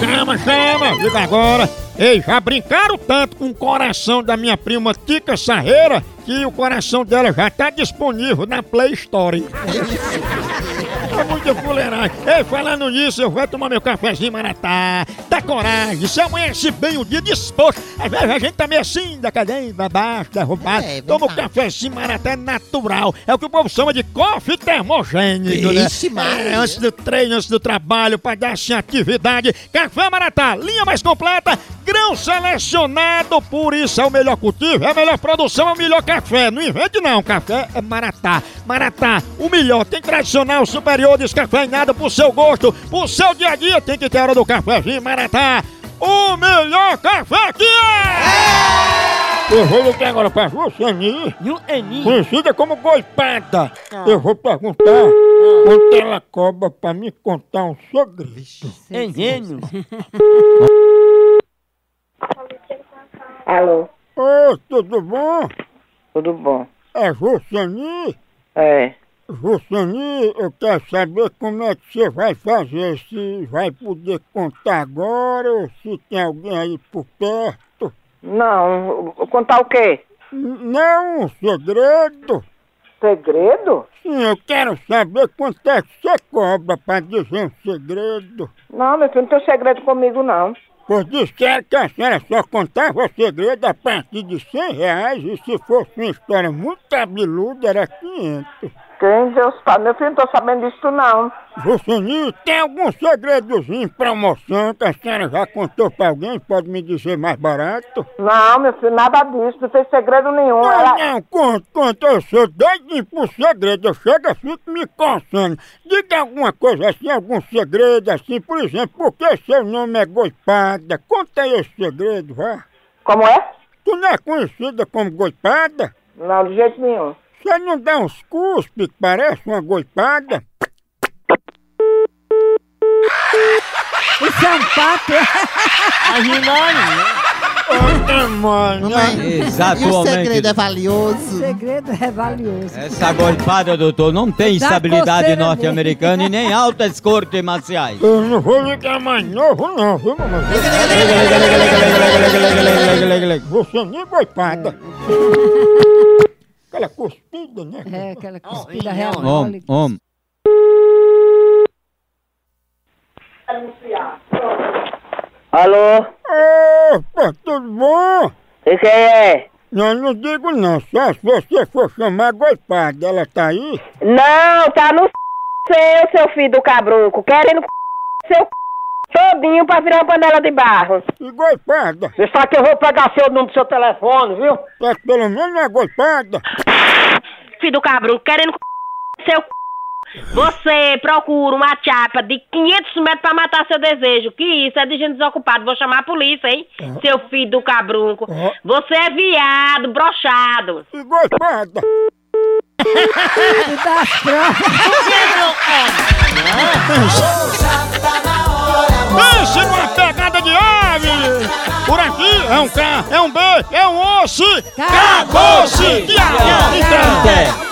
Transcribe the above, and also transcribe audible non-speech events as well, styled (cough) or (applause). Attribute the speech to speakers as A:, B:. A: Chama, chama! Liga agora! Ei, já brincaram tanto com o coração da minha prima Tica Sarreira que o coração dela já tá disponível na Play Store. (laughs) É muito fuleiragem. Ei, falando nisso, eu vou tomar meu cafezinho maratá. Dá coragem, se amanhece bem o dia disposto. Às vezes a gente tá meio assim, da cadeia, pra baixo, derrubado.
B: É, é
A: Toma um
B: verdade.
A: cafezinho maratá natural. É o que o povo chama de coffee termogênico, né?
B: Ixi, Maria.
A: É, antes do treino, antes do trabalho, pra dar sem atividade. Café Maratá, linha mais completa, grão selecionado, por isso é o melhor cultivo, é a melhor produção, é o melhor café. Não invente não, café é Maratá. Maratá, o melhor, tem tradicional, superior, descafeinado, pro seu gosto, pro seu dia a dia, tem que ter hora do cafezinho, Maratá. O melhor café que é! Eu vou ligar agora pra Juscelino
C: You and me.
A: conhecida como goipada. Eu vou perguntar quanto ela cobra pra me contar um segredo.
C: Engenho.
D: Alô,
A: Ô, tudo bom?
D: tudo bom?
A: É Jussani?
D: É,
A: Jussani, eu quero saber como é que você vai fazer, se vai poder contar agora ou se tem alguém aí por perto.
D: não, contar o quê?
A: N- Não, um segredo.
D: Segredo?
A: Sim, eu quero saber quanto é que você cobra pra dizer um segredo.
D: Não, meu filho, não tem segredo comigo, não.
A: Pois disseram que a senhora só contava segredo a partir de 100 reais e se fosse uma história muito cabeluda era 500.
D: Quem Deus sabe, meu filho, não tô sabendo disso, não.
A: Juscelino, tem algum segredozinho em promoção que a senhora já contou pra alguém? Pode me dizer mais barato?
D: Não, meu filho, nada disso, não tem segredo nenhum.
A: Não,
D: Ela...
A: não, conta, conta, eu sou doidinho por segredo, eu chego e fico me coçando. Diga alguma coisa assim, algum segredo assim, por exemplo, porque seu nome é Goipada? Conta aí esse segredo, vá.
D: Como é?
A: Tu não é conhecida como Goipada?
D: Não, de jeito nenhum.
A: Você não dá uns cuspe que parece uma goipada?
C: Isso é um papo.
A: Ô, mano,
B: Mamãe, e o
E: Exatamente.
B: segredo é valioso.
F: (laughs) segredo é valioso.
E: Essa golpada, doutor, não tem
F: Dá
E: estabilidade
F: coceira nele.
E: norte-americana e nem altas
B: (laughs)
E: cortes marciais.
A: Eu não vou ligar mais novo não, viu, mamãe? Você nem goipada. Aquela cuspida, né?
F: É aquela cuspida real.
E: Homem, homem.
D: Alô,
A: Opa, tudo bom?
D: e quem é?
A: Não, não digo não, só se você for chamar a goipada, ela tá aí?
D: Não, tá no c... seu, seu filho do cabruco, querendo c... seu c... todinho pra virar uma panela de barro.
A: E goipada?
D: Você sabe que eu vou pegar seu número do seu telefone, viu?
A: Tá pelo menos uma goipada.
D: filho do cabruco, querendo c... seu c... Você procura uma chapa de 500 metros pra matar seu desejo. Que isso, é de gente desocupada. Vou chamar a polícia, hein? Seu filho do cabrunco.
A: Ó.
D: Você é viado, brochado.
A: E goipada? Pense numa é pegada de ave! Por aqui é um K, é um B, é um osso! Acabou-se!
E: Até.